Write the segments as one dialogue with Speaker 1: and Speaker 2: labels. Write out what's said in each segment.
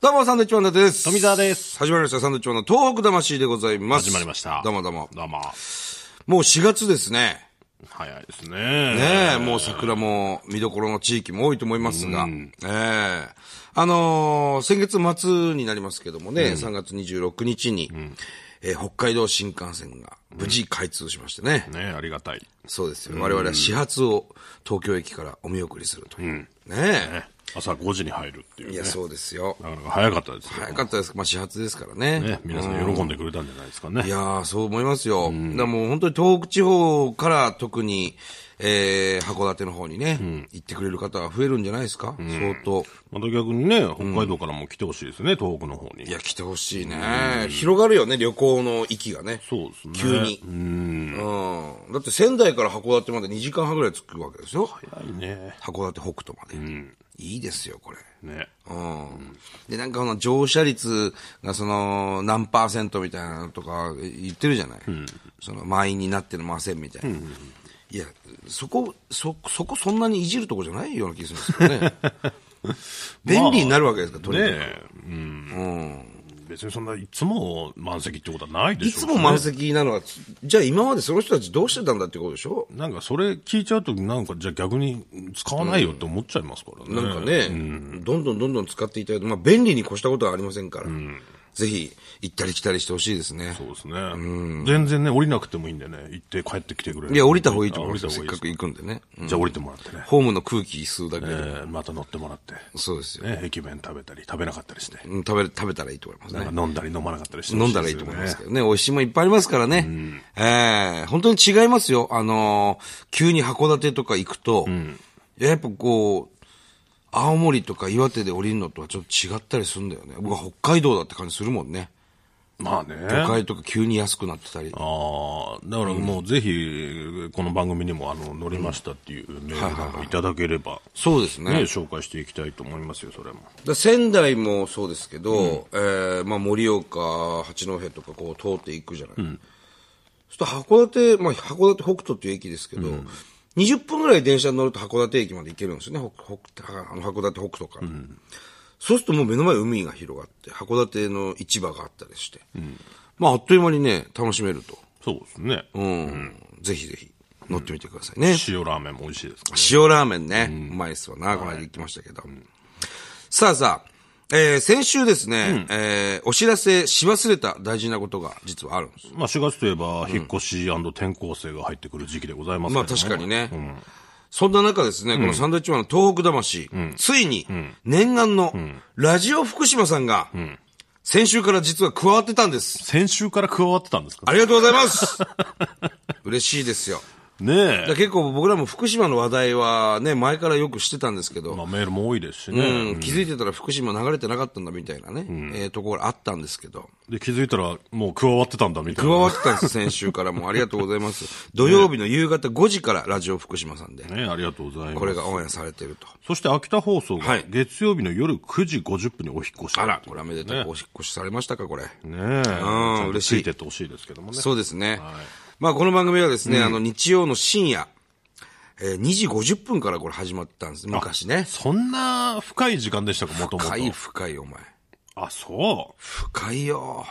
Speaker 1: どうも、サンドイッチマン伊達です。
Speaker 2: 富澤です。
Speaker 1: 始まりました、サンドイッチマンの東北魂でございます。
Speaker 2: 始まりました。
Speaker 1: どうもどうも。
Speaker 2: どうも。
Speaker 1: もう4月ですね。
Speaker 2: 早いですね。
Speaker 1: ねえ、もう桜も見どころの地域も多いと思いますが、ええあのー先月末になりますけどもね、3月26日に、えー北海道新幹線が無事開通しましてね、
Speaker 2: ねえありがたい。
Speaker 1: そうですよ。我々は始発を東京駅からお見送りするという。ね
Speaker 2: ね朝5時に入るっていう、
Speaker 1: え。
Speaker 2: ね。
Speaker 1: いや、そうですよ。
Speaker 2: なかなか早かったですよ。
Speaker 1: 早かったです。まあ、始発ですからね。
Speaker 2: ね、皆さん喜んでくれたんじゃないですかね。
Speaker 1: いやー、そう思いますよ。だからもう本当に東北地方から特に、えー、函館の方にね、行ってくれる方が増えるんじゃないですか、相当。
Speaker 2: また逆にね、北海道からも来てほしいですね、東北の方に
Speaker 1: い。や、来てほしいね、広がるよね、旅行の域がね。
Speaker 2: そうですね。
Speaker 1: 急に、うん。だって仙台から函館まで2時間半ぐらい着くわけですよ。
Speaker 2: 早いね。
Speaker 1: 函館北斗まで、いいですよ、これ。
Speaker 2: ね。
Speaker 1: うんで、なんかこの乗車率がその何パーセントみたいなのとか言ってるじゃない、その満員になってませんみたいな。いや、そこ、そ、そこそんなにいじるとこじゃないような気がするんですけどね。 便利になるわけですから、と
Speaker 2: ね
Speaker 1: にかく。
Speaker 2: え、うん。別にそんないつも満席ってことはないで
Speaker 1: い
Speaker 2: しょう
Speaker 1: つ
Speaker 2: しね
Speaker 1: も満席なのは、じゃあ今までその人たちどうしてたんだってことでしょ
Speaker 2: なんかそれ聞いちゃうと、なんかじゃあ逆に使わないよって思っちゃいますからね。
Speaker 1: なんかね、どんどんどんどん使っていただいて、まあ便利に越したことはありませんから、ぜひ行ったり来たりしてほしいですね。
Speaker 2: そうですね。全然ね、降りなくてもいいんでね、行って帰ってきてくれる。
Speaker 1: いや、降りた方がいいと思い
Speaker 2: あ
Speaker 1: ま
Speaker 2: 降
Speaker 1: すよ。
Speaker 2: りた
Speaker 1: せ
Speaker 2: 方
Speaker 1: っ
Speaker 2: がい
Speaker 1: かく
Speaker 2: い
Speaker 1: 行くんでね。うん
Speaker 2: ですじゃあ降りてもらってね。
Speaker 1: ホームの空気吸うだけで、
Speaker 2: えーまた乗ってもらって、
Speaker 1: そうですよ、
Speaker 2: ね、駅弁食べたり、食べなかったりして、
Speaker 1: うん食べる。食べたらいいと思います
Speaker 2: な
Speaker 1: ね。
Speaker 2: んか飲んだり飲まなかったりして、
Speaker 1: 飲んだらいいと思いますけ
Speaker 2: ど。
Speaker 1: どね。美味しいもんいっぱいありますからね。ええ本当に違いますよ。あのー急に函館とか行くと、やっぱこう、青森とか岩手で降りるのとはちょっと違ったりするんだよね。僕は北海道だって感じするもんね。
Speaker 2: まあね。
Speaker 1: 都会とか急に安くなってたり。
Speaker 2: ああ、だからもうぜひ、この番組にもあの乗りましたっていうメールなんかいただければ、
Speaker 1: そうです
Speaker 2: ね、
Speaker 1: ね。
Speaker 2: 紹介していきたいと思いますよ、それも。
Speaker 1: だ仙台もそうですけど、えーまあ、盛岡、八戸とかこう通っていくじゃない、そうすると函館、まあ、函館北斗っていう駅ですけど、20分ぐらい電車に乗ると函館駅まで行けるんですよね、北北あの函館北斗から、そうするともう目の前海が広がって、函館の市場があったりして、まあ、あっという間にね、楽しめると。
Speaker 2: そうですね。
Speaker 1: うんぜひぜひ乗ってみてくださいね。
Speaker 2: 塩ラーメンも美味しいですから
Speaker 1: 塩ラーメンね。うまいっすわな。この間行きましたけど。さあさあ、えー先週ですね、えーお知らせし忘れた大事なことが実はあるんです。
Speaker 2: まあ4月といえば、引っ越し転校生が入ってくる時期でございます
Speaker 1: ま
Speaker 2: け
Speaker 1: あ
Speaker 2: ど、ね。
Speaker 1: 確かにね。そんな中ですね、このサンドウィッチマンの東北魂、ついに、念願のラジオ福島さんが、先週から実は加わってたんです。
Speaker 2: 先週から加わってたんですか
Speaker 1: ありがとうございます 嬉しいですよ。
Speaker 2: ね
Speaker 1: だか
Speaker 2: え
Speaker 1: ら。結構僕らも福島の話題はね、前からよくしてたんですけど、
Speaker 2: まあメールも多いですしね。
Speaker 1: うん、気づいてたら福島流れてなかったんだみたいなね、えーところあったんですけど、
Speaker 2: で、気づいたらもう加わってたんだみた
Speaker 1: 加
Speaker 2: いな。
Speaker 1: わってたんです、先週からもうありがとうござい ます。土曜日の夕方5時からラジオ福島さんで、
Speaker 2: ねえありがとうございます。
Speaker 1: これがオンエアされてると。
Speaker 2: そして秋田放送
Speaker 1: は
Speaker 2: が
Speaker 1: い
Speaker 2: 月曜日の夜9時50分にお引っ越し
Speaker 1: あら、これはめでたくお引っ越しされましたか、これ。
Speaker 2: ねえ。ちゃんと
Speaker 1: 嬉しい
Speaker 2: ついてってほしいですけどもね。
Speaker 1: そうですね。まあ、この番組はですね、あの、日曜の深夜、えー2時50分からこれ始まったんです、昔ね。
Speaker 2: そんな深い時間でしたか、もともと
Speaker 1: 深。い深い、お前。
Speaker 2: あ、そ
Speaker 1: 深いよ。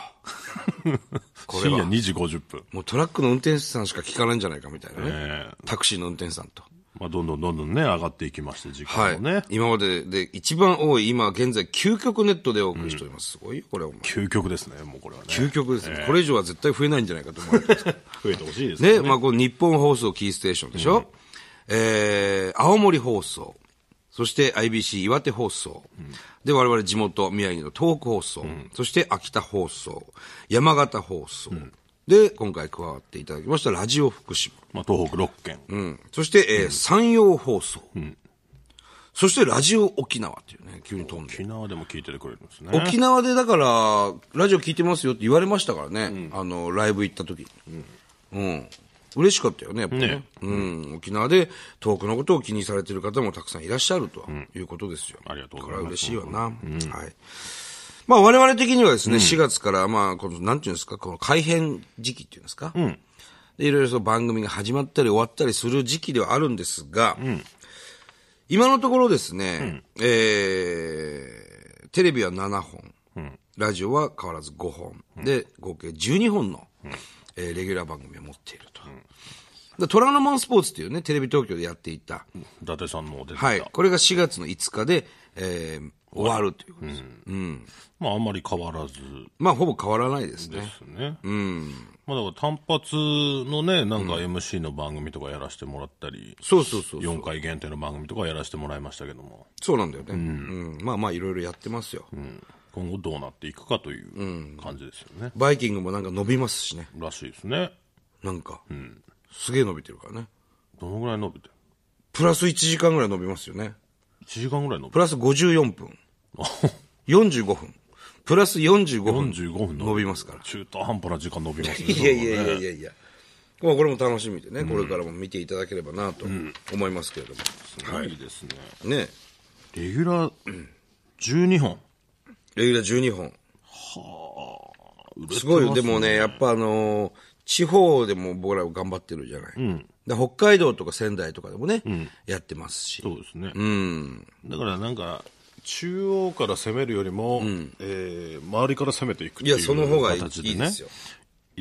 Speaker 2: う。
Speaker 1: れ
Speaker 2: 深
Speaker 1: は
Speaker 2: 夜2時50分。
Speaker 1: もうトラックの運転手さんしか聞かないんじゃないかみたいなね。
Speaker 2: ええ
Speaker 1: タクシーの運転手さんと。
Speaker 2: まあ、どんどんどんどんね、上がっていきまして、時
Speaker 1: は
Speaker 2: 間
Speaker 1: い。
Speaker 2: もね。
Speaker 1: 今までで一番多い、今現在、究極ネットでお送りしております。すごいよ、これはもう。
Speaker 2: 究極ですね、もうこれはね。
Speaker 1: 究極ですね、これ以上は絶対増えないんじゃないかと思われてます。
Speaker 2: 増えてほしいですね。
Speaker 1: ね、まあ、この日本放送キーステーションでしょ、えー、青森放送、そして IBC 岩手放送、で、我々地元宮城の東北放送、そして秋田放送、山形放送、で、今回加わっていただきましたラジオ福島。
Speaker 2: まあ、東北6県。
Speaker 1: うんそして、えー山陽放送、そしてラジオ沖縄っていうね、急に飛んで。
Speaker 2: 沖縄でも聞いててくれるんですね。
Speaker 1: 沖縄でだから、ラジオ聞いてますよって言われましたからね、あの、ライブ行った時に。うん。嬉しかったよね、やっぱね
Speaker 2: ね
Speaker 1: うん。沖縄で遠くのことを気にされてる方もたくさんいらっしゃるということですよ。
Speaker 2: ありがとうご
Speaker 1: こ
Speaker 2: ざいます
Speaker 1: れは嬉しいわな。はい。まあ我々的にはですね、4月から、まあ、この、なんていうんですか、この改編時期っていうんですか。でいろいろその番組が始まったり終わったりする時期ではあるんですが、今のところですね、えーテレビは7本、ラジオは変わらず5本、で、合計12本の、えーレギュラー番組を持っていると。で虎ノ門スポーツっていうね、テレビ東京でやっていた、
Speaker 2: 伊達さんの出てきた。
Speaker 1: はい、これが4月の5日で、えー終わるということです。
Speaker 2: まあ、あんまり変わらず
Speaker 1: まあ、ほぼ変わらないですね
Speaker 2: で。すね。まあ、だから単発のね、なんか MC の番組とかやらせてもらったり、
Speaker 1: そうそうそうそう。
Speaker 2: 4回限定の番組とかやらせてもらいましたけども、
Speaker 1: そうなんだよね。うん。まあまあ、いろいろやってますよ。
Speaker 2: うん今後どうなっていくかという感じですよね。
Speaker 1: バイキングもなんか伸びますしね。
Speaker 2: らしいですね。
Speaker 1: なんか。すげえ伸びてるからね。
Speaker 2: どのぐらい伸びてる
Speaker 1: プラス1時間ぐらい伸びますよね。
Speaker 2: ?1 時間ぐらい伸
Speaker 1: プ
Speaker 2: びてる
Speaker 1: ラス54分。45分。プラス45分。
Speaker 2: 45分
Speaker 1: 伸びますから。
Speaker 2: 中途半端な時間伸びますね。
Speaker 1: いやいやいやいやいや。まあこれも楽しみでね、これからも見ていただければなと思いますけれども。
Speaker 2: すごいですね。
Speaker 1: ね。
Speaker 2: レギュラー12本。
Speaker 1: レギュラー12本。すごい、でもね、やっぱあのー地方でも僕らは頑張ってるじゃない。で北海道とか仙台とかでもね、やってますし。
Speaker 2: そうですね。だからなんか、中央から攻めるよりも、えー周りから攻めていくって
Speaker 1: い
Speaker 2: いう
Speaker 1: や、その方がいい
Speaker 2: 形で
Speaker 1: で
Speaker 2: ね。
Speaker 1: すよ。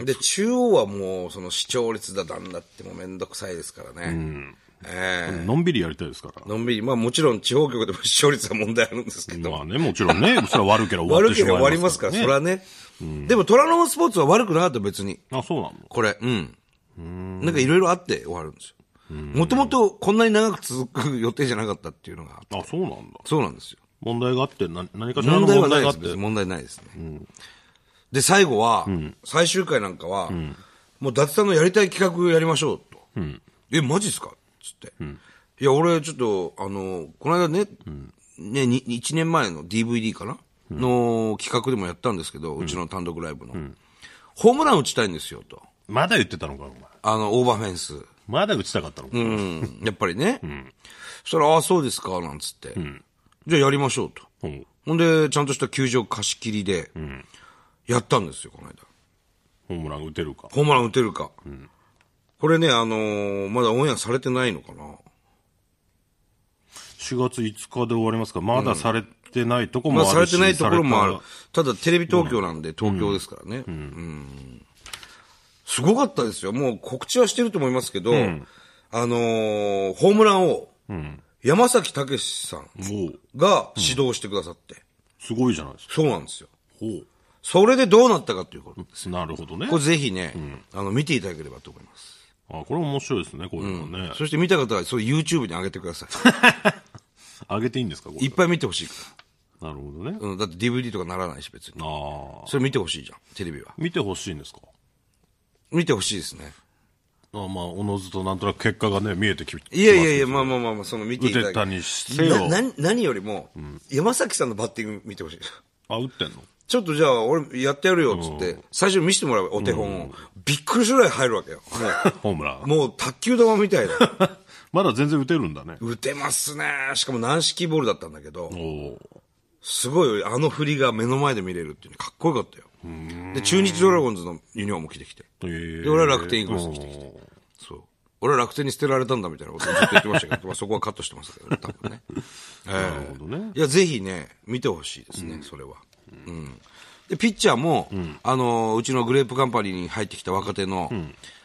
Speaker 1: で、中央はもう、その視聴率だなんだってもうめんどくさいですからね。ええ
Speaker 2: のんびりやりたいですから。
Speaker 1: のんびり、まあもちろん地方局でも視聴率は問題あるんですけど、
Speaker 2: まあね、もちろ んね、それは悪ければ終わっ
Speaker 1: 悪
Speaker 2: て
Speaker 1: けれ
Speaker 2: し
Speaker 1: ば
Speaker 2: ま
Speaker 1: 終
Speaker 2: い
Speaker 1: わりますから、それはね。でも、虎ノ門スポーツは悪くなかった、別に。
Speaker 2: あ、そうなの
Speaker 1: これ、うん。なんかいろいろあって終わるんですよ。もともとこんなに長く続く予定じゃなかったっていうのが、
Speaker 2: あ、そうなんだ。
Speaker 1: そうなんですよ。
Speaker 2: 問題があって、な何かしらの
Speaker 1: 問題は
Speaker 2: 問
Speaker 1: ない
Speaker 2: 題が
Speaker 1: で
Speaker 2: あっ
Speaker 1: す。
Speaker 2: て
Speaker 1: 別に。問題ないですね。で、最後は、最終回なんかは、もう伊達さんのやりたい企画やりましょうと。え、マジっすかつって、いや、俺ちょっと、あの、この間ね、ね、に1年前の DVD かな、の企画でもやったんですけど、うちの単独ライブの、ホームラン打ちたいんですよと。
Speaker 2: まだ言ってたのか、お前。
Speaker 1: あの、オーバーフェンス。
Speaker 2: まだ打ちたかったのか。
Speaker 1: うん、やっぱりね。そしたら、ああ、そうですか、なんつって。じゃあやりましょうと。
Speaker 2: うん
Speaker 1: ほんで、ちゃんとした球場貸し切りで、やったんですよ、この間。
Speaker 2: ホームラン打てるか。
Speaker 1: ホームラン打てるか。これね、あのーまだオンエアされてないのかな。
Speaker 2: 4月5日で終わりますから、まだされてないとこ
Speaker 1: まあ、
Speaker 2: もあ
Speaker 1: され
Speaker 2: るし、
Speaker 1: てないところもある
Speaker 2: され。
Speaker 1: ただ、テレビ東京なんで、東京ですからね。うんすごかったですよ。もう告知はしてると思いますけど、あのーホームランを、山崎武史さん
Speaker 2: た。もう、
Speaker 1: が指導してくださって。
Speaker 2: すごいじゃないですか。
Speaker 1: そうなんですよ。
Speaker 2: ほう。
Speaker 1: それでどうなったかということ。
Speaker 2: なるほどね。
Speaker 1: これぜひね、あの、見ていただければと思います。
Speaker 2: あ、これ面白いですね、こういうのね。
Speaker 1: そして見た方は、それ YouTube に上げてくださ
Speaker 2: 上げていいんですか、こ
Speaker 1: い。い
Speaker 2: れ
Speaker 1: っ。ぱい見てほしいか
Speaker 2: なるほどね。
Speaker 1: ら。うん、だって DVD とかならないし、別に。
Speaker 2: ああ。
Speaker 1: それ見てほしいじゃん、テレビは。
Speaker 2: 見てほしいんですか
Speaker 1: 見てほしいですね。
Speaker 2: あまあ、おのずとなんとなく結果がね、見えてきて。
Speaker 1: いやいやいや、まあまあまあまあ、その見てい
Speaker 2: 打
Speaker 1: ただ
Speaker 2: てた
Speaker 1: け
Speaker 2: にせよ。
Speaker 1: なな何よりも、山崎さんのバッティング見てほしい。
Speaker 2: あ、打ってんの
Speaker 1: ちょっとじゃあ、俺やってやるよ、つって、最初見せてもらう、お手本を。びっくりするぐらい入るわけよ。
Speaker 2: ホームラ
Speaker 1: も
Speaker 2: ン。
Speaker 1: う、 もう卓球玉みたいな。
Speaker 2: まだ全然打てるんだね。
Speaker 1: 打てますね。しかも軟式ボールだったんだけど
Speaker 2: お、お。
Speaker 1: すごいあの振りが目の前で見れるっていうのかっこよかったよ。で、中日ドラゴンズのユニフォーム着てきて。
Speaker 2: えー
Speaker 1: で、俺は楽天イーグルス着てきて。そう。俺は楽天に捨てられたんだみたいなことをずっと言ってましたけど、まあそこはカットしてますけどね、多分ね。
Speaker 2: なるほどね。
Speaker 1: いや、ぜひね、見てほしいですね、それは。うん。で、ピッチャーも、あの、うちのグレープカンパニーに入ってきた若手の、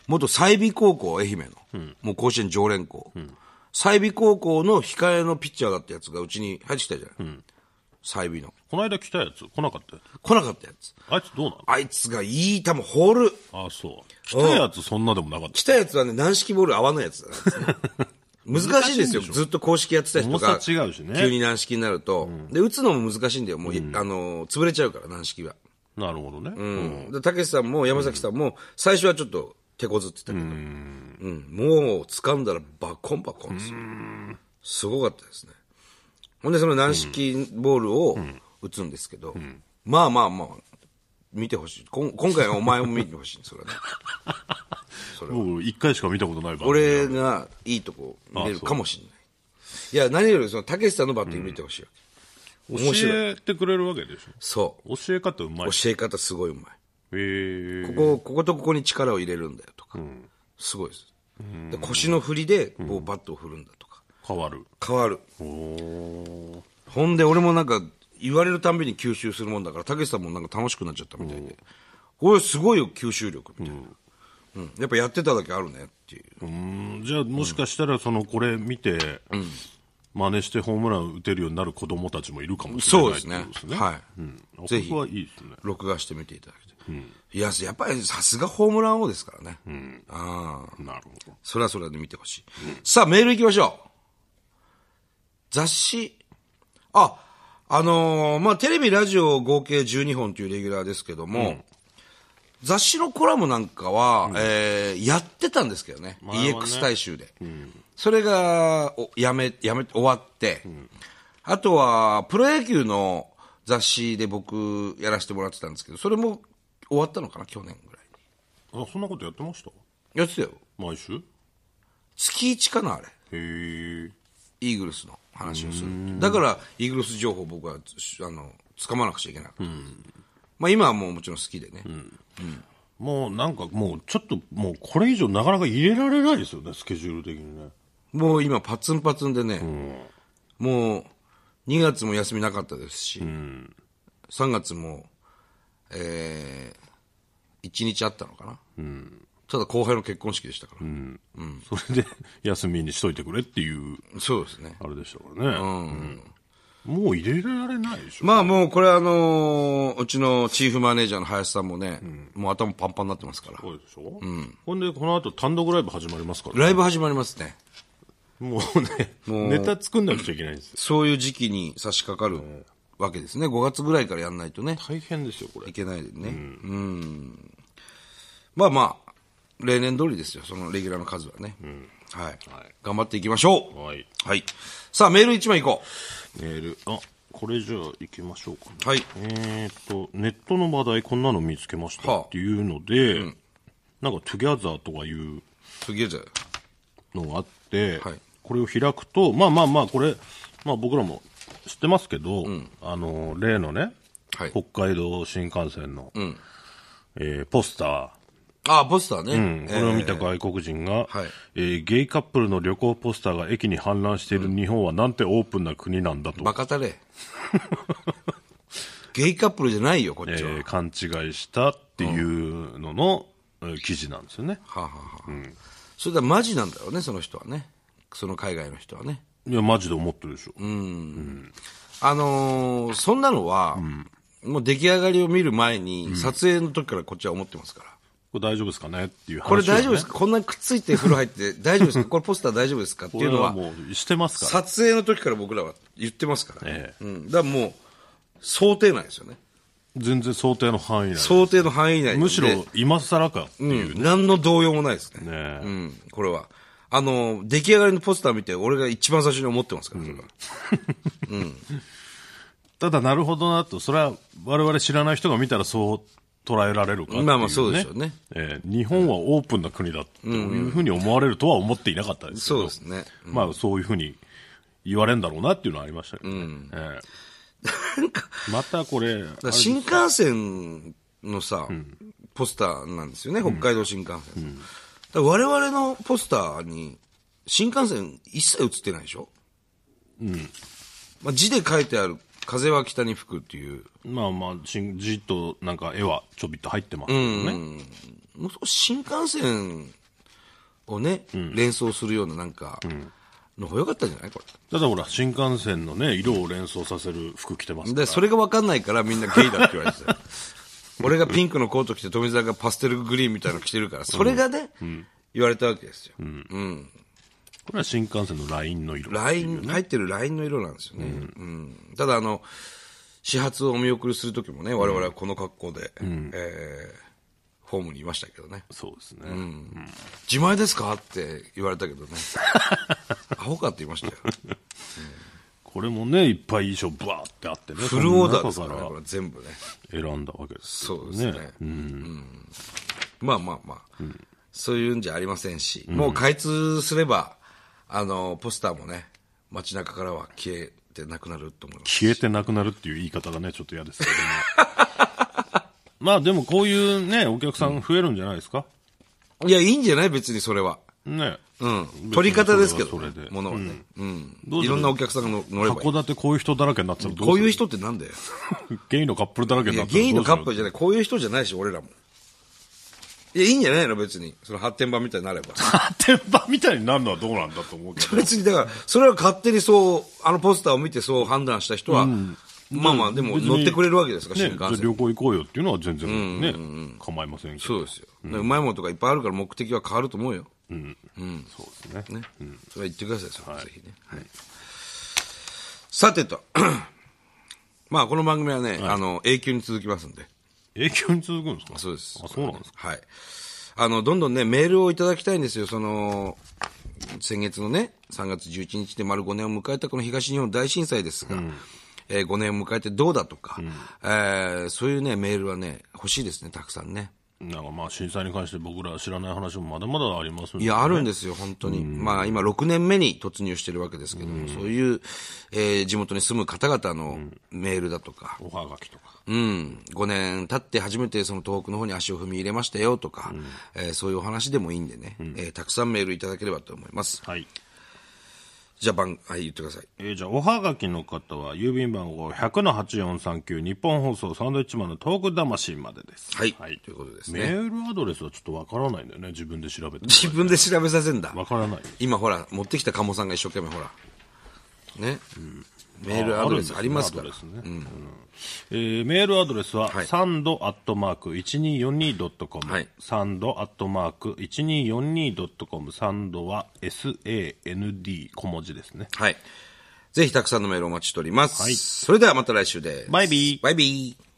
Speaker 1: 元済美高校、愛媛の、もう甲子園常連校。済美高校の控えのピッチャーだったやつがうちに入ってきたじゃない。済美の。
Speaker 2: この間来たやつ、来なかったやつ。
Speaker 1: 来なかったやつ。
Speaker 2: あいつどうな
Speaker 1: あいつがいい球、ホール。
Speaker 2: のあ、そう。来たやつそんなでもなかった。
Speaker 1: 来たやつはね、軟式ボール合わないやつ だね難しいですよ。ずっと公式やってた人が、
Speaker 2: 重さ違うしね
Speaker 1: 急に軟式になると、で、打つのも難しいんだよ。もう、あの、潰れちゃうから、軟式は。
Speaker 2: なるほどね。
Speaker 1: うん。で、たけしさんも山崎さんも、最初はちょっと手こずってたけど、うん。もう、掴んだらバコンバコンですよ。すごかったですね。ほんで、その軟式ボールを打つんですけど、まあまあまあ、見てほしい。こん今回はお前も見てほしい。それはね。
Speaker 2: 僕、一回しか見たことない番組。
Speaker 1: 俺がいいとこ見れるかもしれない。いや、何よりその、たけしさんのバッティング見てほしいわけ。面
Speaker 2: 教
Speaker 1: 白
Speaker 2: えてくれるわけでし
Speaker 1: そう。
Speaker 2: ょ。教え方うまい。
Speaker 1: 教え方すごいうま
Speaker 2: えー、
Speaker 1: い。ここ、こことここに力を入れるんだよとか。すごいです。で腰の振りで、こう、バットを振るんだとか。
Speaker 2: 変わる。
Speaker 1: 変わる。
Speaker 2: おー
Speaker 1: ほんで、俺もなんか、言われるたんびに吸収するもんだから、たけしさんもなんか楽しくなっちゃったみたいで。これすごいよ、吸収力みたいな。うん。やっぱやってただけあるねっていう。
Speaker 2: うんじゃあもしかしたらそのこれ見て、真似してホームラン打てるようになる子供たちもいるかもしれない
Speaker 1: そうですね
Speaker 2: ってことですね
Speaker 1: はい
Speaker 2: うん、
Speaker 1: ぜひ
Speaker 2: 僕はいいですね
Speaker 1: 録画してみていただけて。いや、やっぱりさすがホームラン王ですからね。ああ。
Speaker 2: なるほど
Speaker 1: それはそれで見てほしい。さあ、メール行きましょう。雑誌。あ、あのーまあ、テレビ、ラジオ合計12本というレギュラーですけども、雑誌のコラムなんかは、えーやってたんですけどね。
Speaker 2: 前はね
Speaker 1: EX 大衆で。それが、おやめ、やめ、終わって、あとは、プロ野球の雑誌で僕、やらせてもらってたんですけど、それも終わったのかな、去年ぐらい
Speaker 2: あそんなことやってました
Speaker 1: に。やってたよ。
Speaker 2: 毎週へ
Speaker 1: 月1かな、あれ。
Speaker 2: え
Speaker 1: イーグルスの話をする。だから、イーグルス情報を僕は、しあの、掴まなくちゃいけなかった。まあ今はもうもちろん好きでね。
Speaker 2: もうなんかもうちょっともうこれ以上なかなか入れられないですよねスケジュール的にね
Speaker 1: もう今パツンパツンでね、もう2月も休みなかったですし、3月も、えー、1日あったのかな。ただ後輩の結婚式でしたから。
Speaker 2: それで休みにしといてくれっていう
Speaker 1: そうですね。
Speaker 2: あれでしたからね、うんもう入れられないでしょ、
Speaker 1: まあもうこれあのーうちのチーフマネージャーの林さんもね、もう頭パンパンになってますから。
Speaker 2: そうでしょ、ほんでこの後単独ライブ始まりますから
Speaker 1: ライブ始まりますね。
Speaker 2: もうねネタ作んなくちゃいけないんですよ
Speaker 1: そういう時期に差し掛かるわけですね。5月ぐらいからやんないとね、
Speaker 2: 大変ですよこれ
Speaker 1: いけないでね。うん。まあまあ、例年通りですよ、そのレギュラーの数はね。はい、頑張っていきましょう。
Speaker 2: はい
Speaker 1: はい。さあ、メール1枚いこ
Speaker 2: メールあこれじゃあ行きましょうかね
Speaker 1: う。はい。
Speaker 2: えーっとネットの話題こんなの見つけまし
Speaker 1: は
Speaker 2: た
Speaker 1: あ
Speaker 2: っていうので、なんか「トゥギャザー」とかいう
Speaker 1: 次はじゃあ
Speaker 2: のがあって、
Speaker 1: はい
Speaker 2: これを開くとまあまあまあこれ、まあ、僕らも知ってますけど、あの例のね、
Speaker 1: はい
Speaker 2: 北海道新幹線の、えーポスター
Speaker 1: ああ、ポスターね。
Speaker 2: うんこれを見た外国人が、
Speaker 1: はい
Speaker 2: えーゲイカップルの旅行ポスターが駅に氾濫している日本はなんてオープンな国なんだと、
Speaker 1: バカたれ。 ゲイカップルじゃないよ、こっ
Speaker 2: え
Speaker 1: ちは。
Speaker 2: ー勘違いしたっていうのの、えー記事なんですよね。
Speaker 1: はあ、はあはあそれだマジなんだろうね、その人はね。その海外の人はね。
Speaker 2: いや、マジで思ってるでしょ。
Speaker 1: あのーそんなのは、もう出来上がりを見る前に、撮影の時からこっちは思ってますから。
Speaker 2: これ大丈夫ですかねっていう話、ね。
Speaker 1: これ大丈夫ですか、こんなにくっついて風呂入って、大丈夫です かこれポスター大丈夫ですかって
Speaker 2: こ
Speaker 1: い
Speaker 2: れ
Speaker 1: うの
Speaker 2: は
Speaker 1: は、
Speaker 2: もうしてますから。
Speaker 1: 撮影の時から僕らは言ってますから。
Speaker 2: ええ
Speaker 1: うん。だからもう、想定内ですよね。
Speaker 2: 全然想定の範囲内。
Speaker 1: 想定の範囲内なんで
Speaker 2: むしろ、今更か。
Speaker 1: うん、何の動揺もないですね。
Speaker 2: ね
Speaker 1: うん、これは。あの、出来上がりのポスター見て、俺が一番最初に思ってますから、それは
Speaker 2: ただ、なるほどなと、それは我々知らない人が見たらそう捉えられるかっていう、ね。
Speaker 1: まあまあそうでしょうね
Speaker 2: ええ日本はオープンな国だっていうふうに思われるとは思っていなかったですけど。
Speaker 1: そうですね。
Speaker 2: まあそういうふうに言われるんだろうなっていうのはありましたけどね。ええまたこれ、
Speaker 1: だから新幹線のさ、ポスターなんですよね、北海道新幹線。だから我々のポスターに、新幹線一切映ってないでしょまあ、字で書いてある、風は北に吹くっていう、
Speaker 2: まあまあ、しんじっとなんか絵はちょびっと入ってますけどね。
Speaker 1: もう少し新幹線をね、連想するようななんか、の方が良かったんじゃないこれ。
Speaker 2: ただほら、新幹線のね、色を連想させる服着てます
Speaker 1: で、
Speaker 2: から。
Speaker 1: それが分かんないからみんなゲイだって言われてたよ 俺がピンクのコート着て、富澤がパステルグリーンみたいなの着てるから、それがね、言われたわけですよ。
Speaker 2: これは新幹線のラインの色。
Speaker 1: ライン、入ってるラインの色なんですよね。うんただ、あの、始発をお見送りする時もね、我々はこの格好で、えーホームにいましたけどね。
Speaker 2: そうですね。
Speaker 1: 自前ですかって言われた けどね。アホかって言いました よ。
Speaker 2: これもね、いっぱい衣装ブワーってあってね。
Speaker 1: フルオーダーです
Speaker 2: そ
Speaker 1: か
Speaker 2: の
Speaker 1: らね、
Speaker 2: 中
Speaker 1: こ
Speaker 2: か
Speaker 1: れ全部ね。
Speaker 2: ら選んだわけですけ
Speaker 1: そ
Speaker 2: ど
Speaker 1: うで
Speaker 2: ね。
Speaker 1: すね。うんまあまあまあ、そういうんじゃありませんし、もう開通すれば、あの、ポスターもね、街中からは消えてなくなると思います。
Speaker 2: 消えてなくなるっていう言い方がね、ちょっと嫌ですけどね。 まあでもこういうね、お客さん増えるんじゃないですか、
Speaker 1: いや、いいんじゃない別にそれは。
Speaker 2: ね。
Speaker 1: うん。取り方ですけど
Speaker 2: それ
Speaker 1: ね
Speaker 2: はそれで、
Speaker 1: ものはね。うん。
Speaker 2: どうす
Speaker 1: い
Speaker 2: る
Speaker 1: ろんなお客さんが乗乗ればいい
Speaker 2: 函。館こういう人だらけになってたらどう
Speaker 1: こういう
Speaker 2: 人
Speaker 1: 人ってなんだよ。
Speaker 2: ゲイのカップルだらけ
Speaker 1: い
Speaker 2: にな
Speaker 1: や、
Speaker 2: ったらどうする
Speaker 1: ゲイのカップルじゃない。こういう人じゃないし、俺らも。いや、いいんじゃないの別に。その発展版みたいになれば。
Speaker 2: 発展場みたいになるのはどうなんだと思うけど。
Speaker 1: 別に、だから、それは勝手にそう、あのポスターを見てそう判断した人は、まあまあ、でも
Speaker 2: 別に
Speaker 1: 乗ってくれるわけですから、
Speaker 2: ね、
Speaker 1: 新
Speaker 2: じゃあ
Speaker 1: 幹線。
Speaker 2: 旅行行こうよっていうのは全然ね、構いませんけど。
Speaker 1: そうですよ。うまいものとかいっぱいあるから目的は変わると思うよ。
Speaker 2: そうですね。
Speaker 1: ね。それは言ってください、それはぜひね。
Speaker 2: はい
Speaker 1: さてと、 まあ、この番組はね、あの、永久に続きますんで。
Speaker 2: 永久に続くんですか
Speaker 1: そうです
Speaker 2: あ、そうなんですか
Speaker 1: はい。あの、どんどんね、メールをいただきたいんですよ。その、先月のね、3月11日で丸5年を迎えたこの東日本大震災ですが、え5年を迎えてどうだとか、えーそういうね、メールはね、欲しいですね、たくさんね。
Speaker 2: なんかまあ震災に関して僕ら知らない話もまだまだありますんで
Speaker 1: いや、あるんですよ、本当に。まあ、今、6年目に突入してるわけですけども、そういう、えー地元に住む方々のメールだとか、
Speaker 2: おはがきとか。
Speaker 1: うん、5年経って初めてその東北の方に足を踏み入れましたよとか、えーそういうお話でもいいんでね、えーたくさんメールいただければと思います。
Speaker 2: はい。
Speaker 1: じゃあ、番、はい、言ってください。
Speaker 2: えーじゃあ、おはがきの方は、郵便番号100-8439、日本放送サンドイッチマンのトーク魂までです。
Speaker 1: はいということですね
Speaker 2: メールアドレスはちょっとわからないんだよね、自分で調べて。
Speaker 1: 自分で調べさせんだ。
Speaker 2: わからない。
Speaker 1: 今ほら、持ってきた鴨さんが一生懸命ほら、ね、メールアドレスありますから
Speaker 2: あ。るんですねアドレスねえーメールアドレスは、
Speaker 1: はい
Speaker 2: サンドアットマーク 1242.com、
Speaker 1: はい
Speaker 2: サンドアットマーク 1242.com、サンドは SAND 小文字ですね。
Speaker 1: はい。ぜひたくさんのメールお待ちしております。
Speaker 2: はい
Speaker 1: それではまた来週です。
Speaker 2: バイビー
Speaker 1: バイビー。